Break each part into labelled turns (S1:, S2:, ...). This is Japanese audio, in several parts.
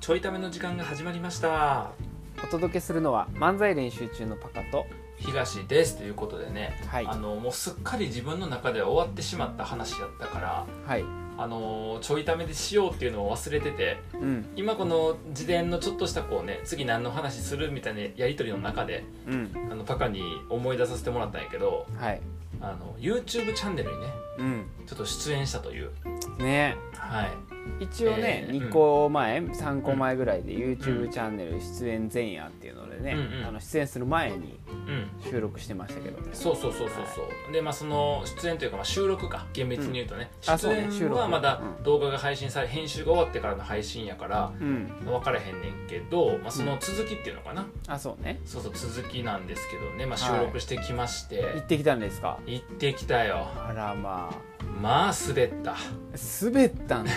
S1: ちょいための時間が始まりました
S2: お届けするのは漫才練習中のパカと
S1: 東ですということでね、
S2: はい
S1: あのもうすっかり自分の中では終わってしまった話だったから
S2: はい
S1: あのちょいためでしようっていうのを忘れてて
S2: うん
S1: 今この事前のちょっとしたこうね次何の話するみたいなやり取りの中で
S2: うん
S1: あのパカに思い出させてもらったんやけど
S2: はい
S1: あの YouTube チャンネルにね
S2: うん
S1: ちょっと出演したという
S2: ね
S1: はい
S2: 一応ね、
S1: えー
S2: 2個前、3個前ぐらいで YouTube チャンネル出演前夜っていうのでね、
S1: うんうん
S2: あの出演する前に
S1: うん
S2: 収録してましたけど
S1: そうそうそうそうそう、でまあその出演というか、まあ、収録か厳密に言うとね、
S2: うんあそうね
S1: 出
S2: 収
S1: 演
S2: 録
S1: はまだ
S2: うん
S1: 動画が配信され編集が終わってからの配信やから
S2: うん
S1: 分からへんねんけど、まあ、その続きっていうのかな、
S2: あそうね
S1: そうそう続きなんですけどね、まあ、
S2: はい
S1: 収録してきまして、
S2: 行ってきたんですか
S1: 行ってきたよ
S2: あらまあ
S1: まあ滑った
S2: 滑った んだ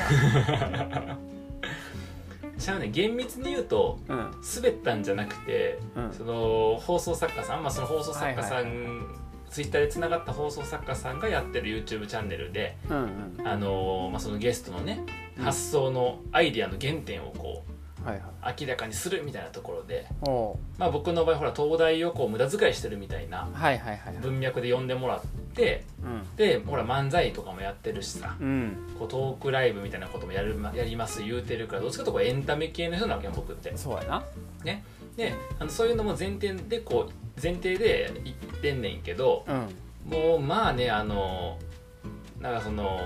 S1: ちゃうね厳密に言うと
S2: うん
S1: 滑ったんじゃなくて、
S2: うん
S1: その放送作家さん、まあ、その放送作家さん、
S2: はいはい
S1: ツイッターでつながった放送作家さんがやってる YouTube チャンネルで、
S2: うんうん
S1: あのーまあ、そのゲストのね
S2: うん
S1: 発想のアイディアの原点をこう
S2: はいはい
S1: 明らかにするみたいなところで、
S2: おう
S1: まあ、僕の場合ほら東大をこう無駄遣いしてるみたいな
S2: はいはいはいはい
S1: 文脈で呼んでもらって
S2: うん
S1: でほら漫才とかもやってるしさ
S2: うん
S1: こうトークライブみたいなこともやるやります言うてるからどっちかというとこうエンタメ系の人なわけよ僕って。
S2: そうやな
S1: であのそういうのも前提でこう前提で言ってんねんけど
S2: うん
S1: もうまあねあのーなんかその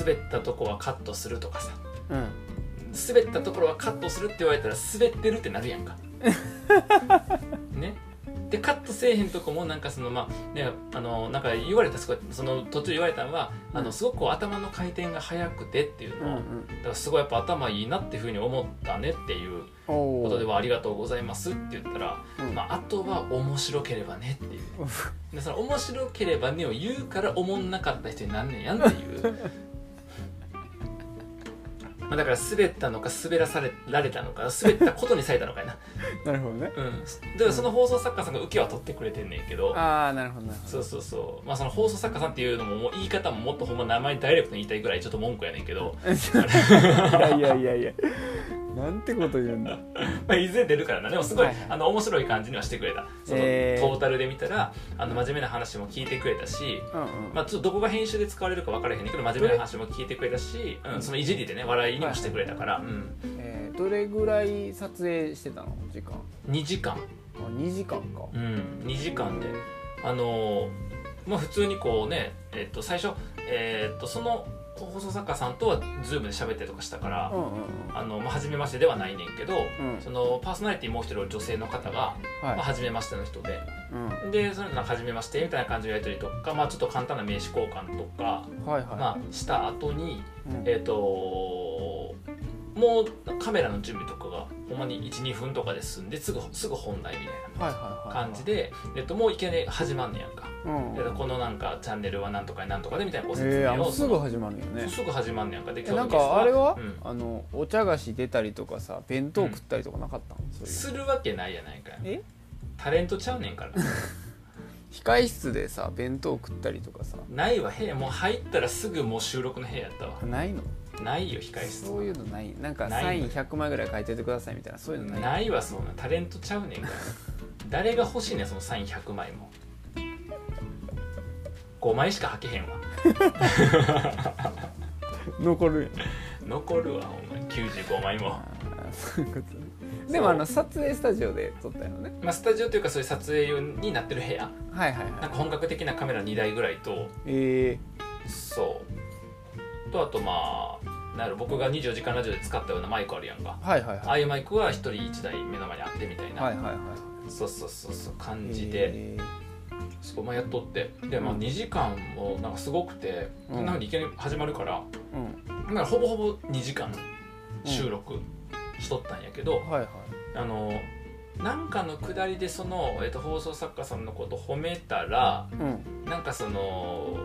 S1: 滑ったとこはカットするとかさ
S2: うん
S1: 滑ったところはカットするって言われたら滑ってるってなるやん か。ね、でカットせえへんとこもなんかそのまあねあのなんか言われたすごいその途中言われたのは、
S2: う
S1: あ
S2: ん
S1: のすごくこう頭の回転が速くてっていう
S2: うんう
S1: のを、
S2: ん
S1: だからすごいやっぱ頭いいなっていうふうに思ったねっていう
S2: お
S1: ことで
S2: お
S1: はありがとうございますって言ったら、まあ、あとは面白ければねっていうでその面白ければねを言うからおもんなかった人になんねんやんっていう まあだから滑ったのか滑らされられたのか滑ったことにされたのかやな
S2: なるほどね
S1: うんでその放送作家さんが受けは取ってくれてんねんけど
S2: ああなるほどなるほ
S1: そうそうそうまあその放送作家さんっていうのももう言い方ももっとほんま名前ダイレクトに言いたいぐらいちょっと文句やねんけ ど
S2: どい やいやいやいやなんてこと言うんだ
S1: まあいずれ出るからなでもすごい、
S2: はいはい
S1: あの面白い感じにはしてくれたその、
S2: えー
S1: トータルで見たらあの真面目な話も聞いてくれたし
S2: うんうん
S1: まあ、ちょっとどこが編集で使われるか分からへんねんけど真面目な話も聞いてくれたし、うん、そのいじりでね笑いにもしてくれたから、うん、
S2: えーどれぐらい撮影してたの時間
S1: 2時間、
S2: あ2時間か
S1: うん、2時間であのーまあ普通にこうね、えっと、最初、えっとその放送作家さんとは Zoom で喋ったりとかしたから、
S2: うんうんうん
S1: あのまあ、初めましてではないねんけど、
S2: うん
S1: そのパーソナリティもう一人女性の方が、まあ、
S2: は
S1: 初めましての人で
S2: いうん
S1: でその人なんか初めましてみたいな感じのやり取りとか、まあ、ちょっと簡単な名刺交換とか、
S2: はいはい
S1: まあ、した後に
S2: うん
S1: えっ、ともうカメラの準備とかがほんまに12分とかで済んですぐすぐ本題みたい
S2: はいはいはいは
S1: ない感じで、えっともういきなり始まんねやんか、
S2: うん
S1: えっとこのなんかチャンネルはなんとかでなんとかでみたいなご説
S2: えーあ
S1: 明
S2: も
S1: を
S2: うす
S1: そ
S2: ぐ
S1: の
S2: 始まるよね
S1: すぐ始まんねやんかで
S2: え
S1: 今日
S2: な
S1: の
S2: ん
S1: ゲスト
S2: かあれは
S1: うん
S2: あのお茶菓子出たりとかさ弁当食ったりとかなかったのそういう
S1: するわけないやないかよ
S2: え
S1: タレントちゃうねんから
S2: 控室でさ弁当食ったりとかさ
S1: ないわ部屋もう入ったらすぐもう収録の部屋やったわ
S2: ないの
S1: ないよ控室
S2: そういうのないなんか
S1: ない
S2: サイン100枚ぐらい書いててくださいみたいなそういうのない
S1: ないわそんなタレントちゃうねんから誰が欲しいねんそのサイン100枚も5枚しかはけへんわ
S2: 残る
S1: 残るわほんまに95枚も
S2: あーそういうことねでもあの撮影スタジオで撮ったよね
S1: まあ、スタジオというかそういう撮影用になってる部屋
S2: はいは
S1: な
S2: いは
S1: んか
S2: い
S1: 本格的なカメラ2台ぐらいと
S2: え
S1: そうとあとまあなんやろ僕が24時間ラジオで使ったようなマイクあるやんか
S2: ー、はいはい
S1: ああ
S2: はい
S1: いうマイクは1人1台目の前にあってみたいな、
S2: はいはいはい
S1: そうそうそうそう感じで、
S2: えー
S1: そうまあやっとってで、まあ、2時間もなんかすごくて、
S2: うん
S1: なのにいきなり始まるから
S2: うん
S1: だからほぼほぼ2時間収録しとったんやけど、
S2: はいはい
S1: あのなんかのくだりでその、えっと放送作家さんのこと褒めたら
S2: うん
S1: なんかその、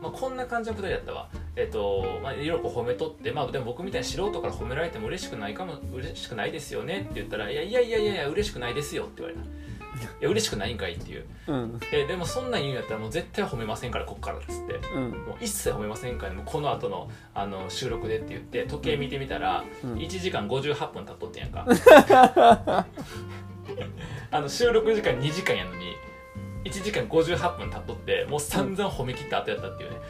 S1: まあ、こんな感じのくだりだったわえっ、と、まあ、いろいろこう褒めとって、まあ、でも僕みたいに素人から褒められても嬉しくないかも嬉しくないですよねって言ったら「いやいやいやいやいや嬉しくないですよ」って言われたいや嬉しくないんかいっていう
S2: うん
S1: えでもそんなん言うんやったらもう絶対褒めませんからこっからっつって
S2: うん
S1: もう一切褒めませんからもうこの後のあの収録でって言って時計見てみたら
S2: うん
S1: 1時間58分経っとってんやんかあの収録時間2時間やのに1時間58分経っとってもう散々褒め切った後やったっていうね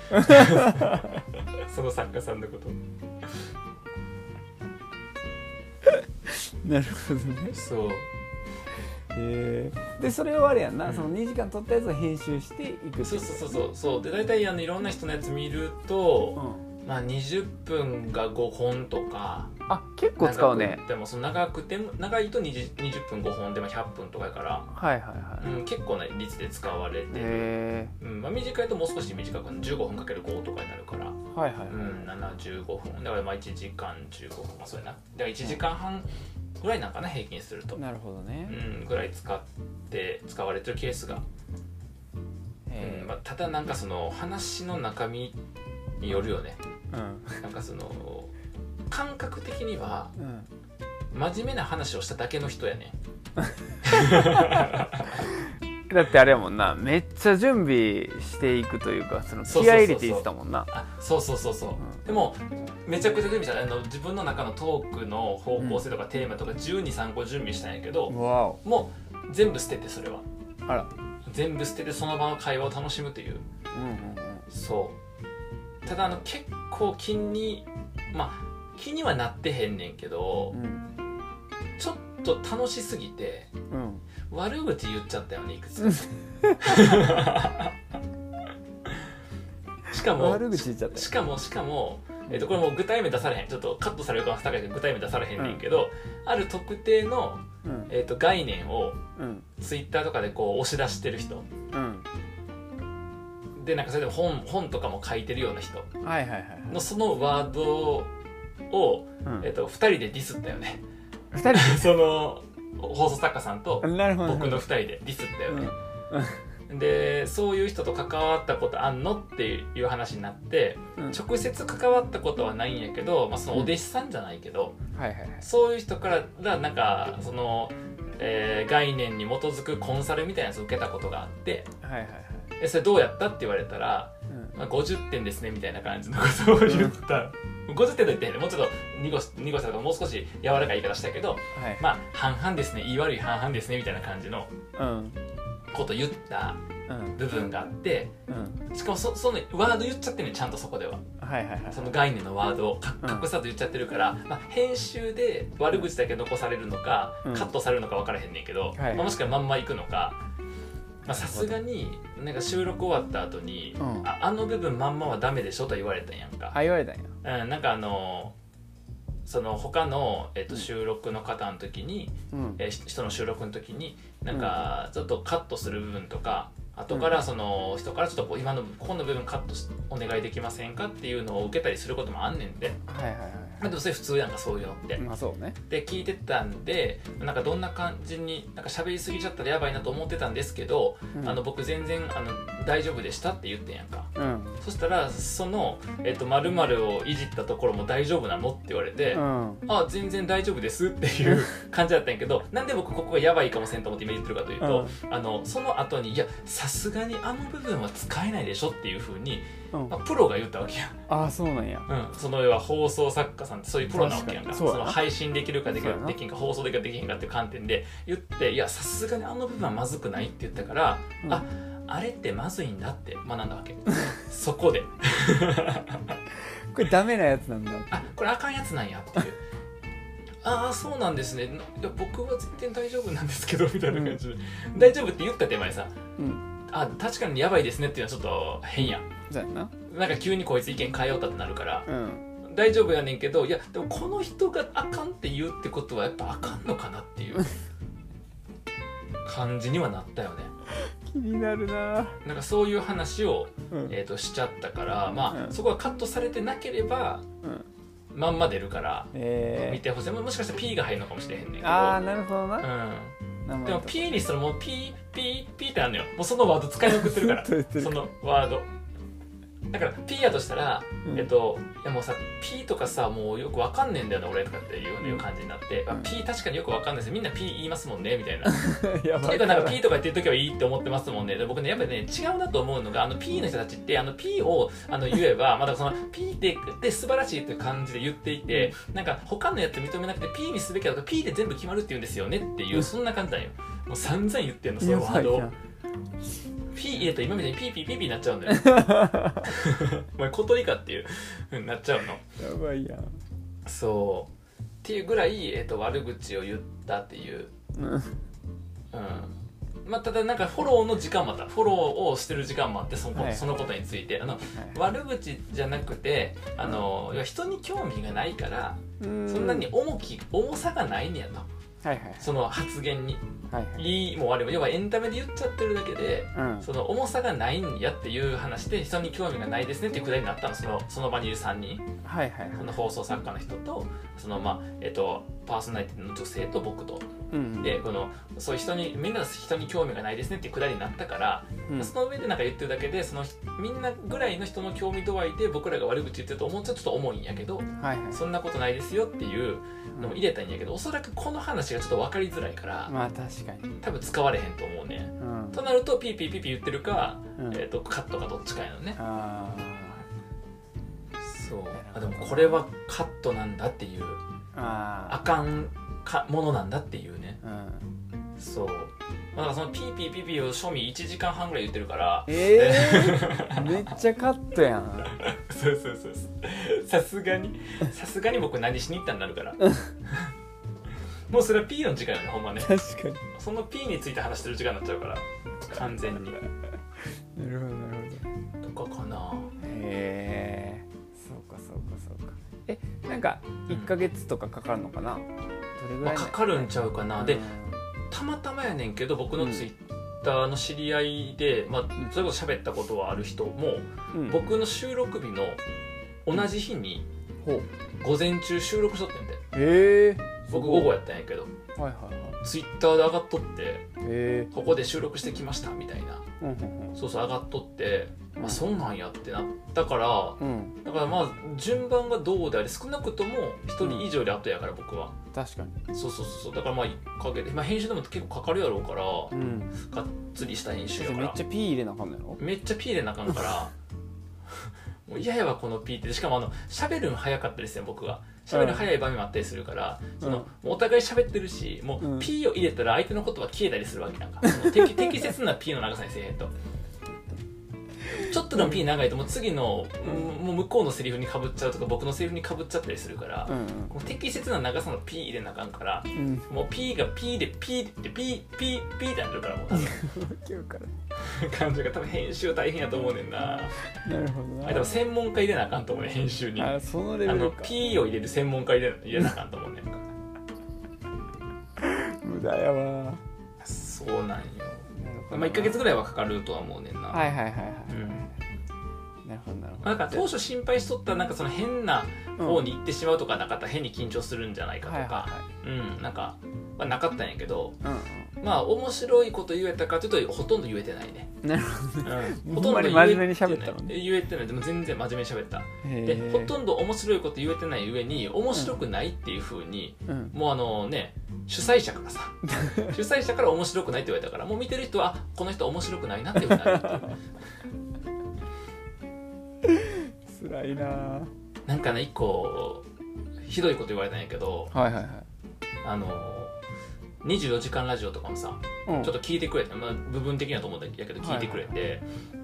S1: その作家さんのこと
S2: なるほどね
S1: そう
S2: へえでそれをあれやんな、
S1: うん
S2: その2時間撮ったやつを編集していくって
S1: そ
S2: いう
S1: そうそうそうそうで大体あのいろんな人のやつ見ると、
S2: ん、
S1: まあ、20分が5本とか
S2: あ結構使う
S1: 長
S2: ね
S1: くてもその長くても長いと 20, 20分5本でも100分とかやから、
S2: はいはいは
S1: う
S2: い
S1: ん、結構な率で使われてる、
S2: へ
S1: うんまあ、短いともう少し短く15分かける5とかになるから、
S2: えはいはいは
S1: う
S2: い、
S1: ん、75分だからまあ1時間15分まあそうやなだから1時間半ぐらいなんかな平均すると、
S2: なるほど
S1: う
S2: ね、
S1: ん、ぐらい使って使われてるケースが、
S2: へ
S1: うんま
S2: え
S1: あ、ただなんかその話の中身によるよね
S2: うん
S1: なんかその感覚的には
S2: うん
S1: 真面目な話をしただけの人やね
S2: だってあれやもんなめっちゃ準備していくというかその
S1: そうそうそうそう
S2: 気合い入れていってたもんな
S1: あそうそうそうそう、
S2: うん
S1: でもめちゃくちゃ準備したあの自分の中のトークの方向性とかテーマとか1 2 3個準備したんやけど、
S2: わお
S1: もう全部捨ててそれは
S2: あら
S1: 全部捨ててその場の会話を楽しむという
S2: うんうんうん
S1: そうただあの結構気にまあ気にはなってへんねんけど、
S2: うん
S1: ちょっと楽しすぎて
S2: うん
S1: 悪口言っちゃったよねいくつ かしかも
S2: 悪口言っちゃった
S1: しかもしかも、えっとこれもう具体名出されへんちょっとカットされる可能性高いけど具体名出されへんねんけど、ある特定の、
S2: うん
S1: えっと概念を
S2: うん
S1: ツイッターとかでこう押し出してる人
S2: うん
S1: でなんかそれでも本本とかも書いてるような人
S2: はいはいはいはい
S1: のそのワードを、
S2: うん
S1: えっと2人でディスったよね
S2: 二人
S1: その放送作家さんと
S2: なるほど
S1: 僕の2人でディスったよね、
S2: うん
S1: でそういう人と関わったことあんのっていう話になって
S2: うん
S1: 直接関わったことはないんやけど、まあ、そのお弟子さんじゃないけど、
S2: はいはいはい
S1: そういう人からがなんかその、えー概念に基づくコンサルみたいなやつを受けたことがあって
S2: はいはいはい
S1: 「えそれどうやった?」って言われたら
S2: うん
S1: 「まあ、50点ですね」みたいな感じのことを言った、50点と言ってへんねもうちょっと濁し濁したとかもう少し柔らかい言い方したけど
S2: はい
S1: まあ半々ですね言い悪い半々ですねみたいな感じの
S2: うん
S1: ことを言った
S2: うん
S1: 部分があって
S2: うん
S1: しかもそそのワード言っちゃってんねんちゃんとそこでは
S2: はいはいはい
S1: その概念のワードをか隠さず言っちゃってるから、まあ、編集で悪口だけ残されるのか、
S2: うん
S1: カットされるのか分からへんねんけど、
S2: はい
S1: まあ、もしくはまんま行くのかまあさすがになんか収録終わった後に、
S2: うん
S1: ああの部分まんまはダメでしょと言われたんやんか、
S2: あ言われたんや
S1: うん、なんかあのその他の、えっと、収録の方の時に、
S2: うん
S1: えーひ人の収録の時になんかちょっとカットする部分とか後からその人からちょっとこう今のここの部分カットしお願いできませんかっていうのを受けたりすることもあんねんで
S2: はいはいは
S1: まあでもそれ普通やんかそういうのって
S2: い。まあそうね
S1: で聞いてたんでなんかどんな感じになんか喋りすぎちゃったらやばいなと思ってたんですけど、
S2: うん
S1: あの僕全然あの大丈夫でしたって言ってんやんか。
S2: うん
S1: そしたらその「えっと〇〇をいじったところも大丈夫なの?」って言われて、
S2: うん
S1: あ全然大丈夫ですっていう感じだったんやけどなんで僕ここがやばいかもせんと思って今言ってるかというと、あのその後にいやさすがにあの部分は使えないでしょっていうふうに、
S2: うん
S1: まあ、プロが言ったわけや、
S2: ああそうなんや
S1: うん、その要は放送作家さんってそういうプロなわけやんか
S2: 確かにそうや
S1: の
S2: な
S1: 配信できるかでき
S2: そうやな
S1: できんか放送できるかできへんかっていう観点で言っていやさすがにあの部分はまずくないって言ったから、
S2: うん
S1: ああれってまずいんだって学んだわけそこで
S2: これダメなやつなんだ
S1: あこれあかんやつなんやっていうああそうなんですねないや僕は全然大丈夫なんですけどみたいな感じで、大丈夫って言った手前さ
S2: うん
S1: あ確かにやばいですねっていうのはちょっと変やん
S2: そうやな
S1: なんか急にこいつ意見変えようったってなるから
S2: うん
S1: 大丈夫やねんけどいやでもこの人があかんって言うってことはやっぱあかんのかなっていう感じにはなったよね
S2: 気になるな
S1: なんかそういう話を、
S2: うん
S1: えー、としちゃったからま
S2: う
S1: あ
S2: ん
S1: そこはカットされてなければ
S2: うん
S1: まんま出るから見
S2: え
S1: てほしいももしかしたら P が入るのかもしれへんねんけ
S2: ー
S1: ど
S2: ああなるほどな
S1: う
S2: 名
S1: ん、
S2: 前
S1: でも
S2: と
S1: P にしたらもう P ーピーってあるのよもうそのワード使いまくってるから
S2: ずっと言ってる
S1: そのワードだから P やとしたら、
S2: うん
S1: えっといやもうさ P とかさもうよくわかんねえんだよな俺とかっていうよう
S2: うん
S1: な感じになって、あ
S2: うん
S1: P 確かによくわかんないですみんな P 言いますもんねみたい な
S2: や
S1: ていうかなんか P とか言ってる時はいいって思ってますもんねで僕ねやっぱりね違うなと思うのがあの P の人たちってあの P をあの言えば まだその P ってで素晴らしいっていう感じで言っていてなんか他のやつ認めなくて P にすべきだとか P で全部決まるって言うんですよねっていうそんな感じなんよもう散々言ってんのその
S2: や
S1: ワ
S2: ば
S1: ー
S2: い
S1: ドを
S2: な
S1: P 入れたら今みたいにピーピーピーピーになっちゃうんだよ お前小鳥かっていうふうになっちゃうの
S2: やばいやん
S1: そうっていうぐらい、えっと悪口を言ったっていう、
S2: うん
S1: うんまあ、ただなんかフォローの時間もあったフォローをしてる時間もあってその,、
S2: はい
S1: そのことについてあの悪口じゃなくてあの、要は人に興味がないから
S2: そ
S1: そんなに重き重さがないねやと
S2: はいはい
S1: その発言に
S2: はいはい
S1: いいも悪いも要はエンタメで言っちゃってるだけで
S2: うん
S1: その重さがないんやっていう話で人に興味がないですねっていうくだりになったのそのその場にいる3人
S2: はいはいはい
S1: その放送作家の人とその、まあえっとパーソナリティの女性と僕と
S2: うん
S1: でこのそういう人にみんなの人に興味がないですねっていうくだりになったから、
S2: うん
S1: その上でなんか言ってるだけでそのみんなぐらいの人の興味度合いで僕らが悪口言ってると思うちょっと重いんやけど
S2: はいはい
S1: そんなことないですよっていうのも入れたいんやけどおそらくこの話がちょっと分かりづらいから
S2: まあ確かに
S1: 多分使われへんと思うね。
S2: うん
S1: となるとピーピーピーピー言ってるか
S2: うん
S1: えー、とカットかどっちかやのね
S2: あ
S1: そうあでもこれはカットなんだっていう
S2: ーあ
S1: あかんかものなんだっていうね
S2: ーうん
S1: そうまあだからそのピーピーピーピーを庶民1時間半ぐらい言ってるから
S2: え ー、めっちゃカットやん
S1: そうそうそうそうさすがにさすがに僕何しに行ったんなる からもうそれは P の時間やねほんまね
S2: 確か
S1: その P について話してる時間になっちゃうから完全に
S2: になるほどなるほど
S1: とかかな
S2: へえそうかそうかそうかえなんか1ヶ月とかかかるのかな、どれぐ
S1: ま
S2: ら
S1: あ
S2: い
S1: かかるんちゃうかなで
S2: うん
S1: たまたまやねんけど僕のツイッターの知り合いで、まあ、それこそ喋ったことはある人も
S2: うん、
S1: 僕の収録日の同じ日に
S2: ほう
S1: 午前中収録しとってんで
S2: ええ
S1: 僕午後
S2: や
S1: やったんやけど
S2: はいはいはい
S1: ツイッターで上がっとって
S2: え
S1: ここで収録してきましたみたいな
S2: えうんうん
S1: そうそう上がっとって、
S2: うん
S1: まあ、そうなんやってなったから
S2: うんうん
S1: だからまあ順番がどうであれ少なくとも1人以上で後やから僕は
S2: 確かに
S1: そうそうそうそうだからまあ1か月、まあ、編集でも結構かかるやろうから
S2: うん
S1: がっつりした編集
S2: だっ
S1: や
S2: て
S1: か
S2: めっ
S1: ら
S2: ちゃピー入れなあかんのやろ
S1: めっちゃピーでなあかんからもう嫌やわこのピーってしかもあの喋るん早かったですね僕が喋るん早い場面もあったりするから、そのお互い喋ってるしも
S2: うん
S1: うピーを入れたら相手の言葉消えたりするわけなんかその適適切なピーの長さにせえへんと。ちょっとでもピー長いともう次の、うんもう向こうのセリフにかぶっちゃうとか僕のセリフにかぶっちゃったりするから、
S2: うん
S1: この適切な長さのピー入れなあかんから
S2: うんうん
S1: もうピーがピーでピーってピーピーピーってなってるからもう多分
S2: 今日から
S1: 感情が多分編集大変やと思うねんな。
S2: なるほど
S1: あ
S2: な
S1: れ多分専門家入れなあかんと思うね編集にあ
S2: あそのレベ
S1: の
S2: ルか
S1: P を入れる専門家入れな入れなあかんと思うね
S2: 無駄やわ
S1: そうなんよ、
S2: なるほ
S1: ま
S2: ど
S1: あ、1か月ぐらいはかかるとは思うねんな、
S2: はいはいはいは
S1: うん
S2: いなるほどなるほど
S1: まあ、なんか当初心配しとったなんかその変な方に行ってしまうとかなかった変に緊張するんじゃないかと
S2: はいはい
S1: か、
S2: は
S1: うんなんか、まあ、なかったんやけど
S2: いうんうん
S1: まあ面白いこと言えたかというとほとんど言えてないね、
S2: なる
S1: うん、ほ
S2: ほん
S1: と
S2: ま
S1: ん
S2: に
S1: ど
S2: 真面目に喋ったの
S1: 言えてない
S2: ね
S1: 言えてないでも全然真面目に喋った
S2: ほどへ
S1: で
S2: え
S1: ほとんど面白いこと言えてない上に面白くないっていうふうに
S2: うん
S1: もうあのね主催者からさ主催者から面白くないって言われたからもう見てる人はあこの人面白くないなって言われた
S2: 辛いなぁ
S1: なんかね一個ひどいこと言われたんやけど
S2: はいはいはい
S1: あの24時間ラジオとかもさ
S2: うん
S1: ちょっと聞いてくれて、まあ、部分的なと思うんだけど聞いてくれて、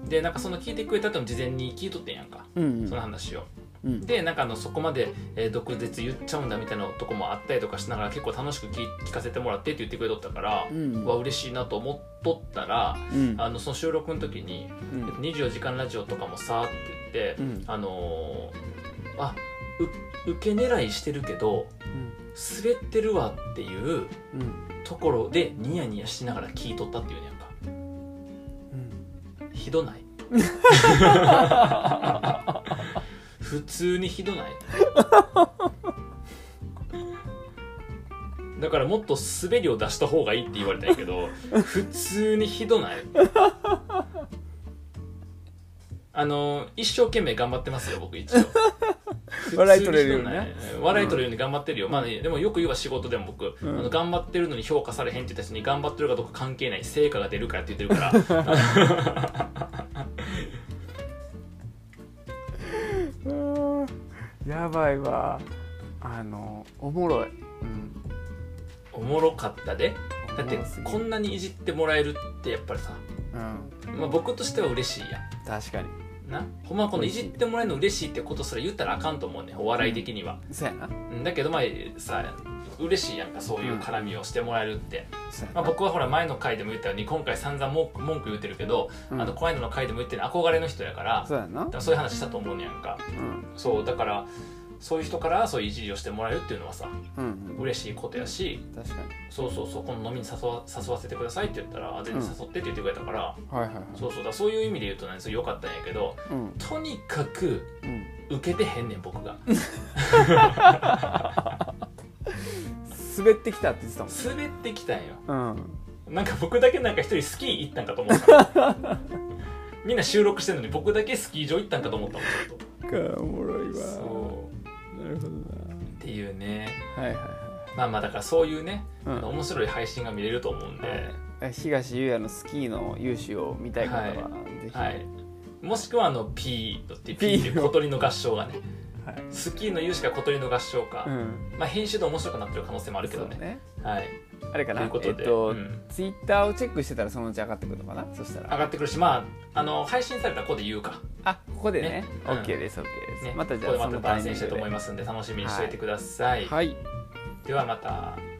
S1: でなんかその聞いてくれたっても事前に聞いとってんやんか
S2: うんうん
S1: その話を
S2: うん
S1: でなんかあのそこまで、えー毒舌言っちゃうんだみたいなとこもあったりとかしながら結構楽しく聞聞かせてもらってって言ってくれとったから、
S2: う
S1: うんわ嬉しいなと思っとったら
S2: うん
S1: あのその収録の時に
S2: うん
S1: 「24時間ラジオ」とかもさーって言って、
S2: うん
S1: あのーあう受け狙いしてるけど滑ってるわっていう
S2: うんうん
S1: ところでニヤニヤしながら聞いとったっていうねんか
S2: うん
S1: ひどない普通にひどないだからもっと滑りを出した方がいいって言われたんやけど普通にひどないあの一生懸命頑張ってますよ僕一応
S2: 笑い取れるようにね
S1: 普通人なんや笑い取れるように頑張ってるよ、まあね、でもよく言うわ仕事でも僕、
S2: うん
S1: あの頑張ってるのに評価されへんって言った人に頑張ってるかどうか関係ない成果が出るからって言ってるから
S2: うーんやばいわあのおもろい、うん、
S1: おもろかったでだって
S2: おもろすぎる
S1: こんなにいじってもらえるってやっぱりさ、
S2: うん、
S1: まあ、僕としては嬉しいや
S2: 確かに
S1: んなほんまはこのいじってもらえるの嬉しいってことすら言ったらあかんと思うねお笑い的には、
S2: そうやな
S1: うんだけどまあさ嬉しいやんかそういう絡みをしてもらえるって、
S2: そうや
S1: ま
S2: な、
S1: あ、僕はほら前の回でも言ったように今回散々文句文句言ってるけど、
S2: うん
S1: あの怖いのの回でも言ってる憧れの人やからだ
S2: そうやな
S1: か、らそういう話したと思うねやんか
S2: うん
S1: そうだからそういう人からそういういじりをしてもらえるっていうのはさ
S2: うん
S1: 嬉しいことやし
S2: うん、確か
S1: そうそうそうこの飲みに誘わ誘わせてくださいって言ったらあ全然誘ってって言ってくれたから、
S2: にはいはいはい
S1: そうそうだそういう意味で言うとねそれ良かったんやけど
S2: うん
S1: とにかく
S2: うん
S1: 受けてへんねん僕が
S2: 滑ってきたって言ってたも
S1: 滑ってきたんよ
S2: んうん
S1: なんか僕だけなんか一人スキー行ったんかと思った みんな収録してんのに僕だけスキー場行ったんかと思ったもんちょっと
S2: かおもろいわ
S1: そ
S2: なるほど
S1: うっていうね
S2: なはいはい
S1: まあまあだからそういうね、
S2: はい、うん
S1: 面白い配信が見れると思うんで、
S2: 東優也のスキーの勇姿を見たい方は、
S1: はい
S2: ぜひ、
S1: はい、もしくはあの P っていう
S2: ピ
S1: P
S2: ー
S1: っていう小鳥の合唱がね、
S2: はい
S1: スキーの勇士か小鳥の合唱か、
S2: うん、
S1: まあ編集で面白くなってる可能性もあるけど
S2: そう
S1: ね
S2: だね
S1: はい
S2: あれか
S1: と
S2: な
S1: いうことで、
S2: えっと、
S1: うん
S2: ツイッターをチェックしてたらそのうち上がってくるのかなそした
S1: 上
S2: ら
S1: がってくるしまああの配信されたらここで言うか、
S2: あここでね
S1: ね
S2: OK です、OK です、
S1: ね、
S2: またじゃあ
S1: ここ
S2: そ
S1: でま
S2: の
S1: た断
S2: タイミン
S1: 線し
S2: グ
S1: たい
S2: で
S1: と思いますんで楽しみにしておいてください、
S2: はい
S1: ではまた。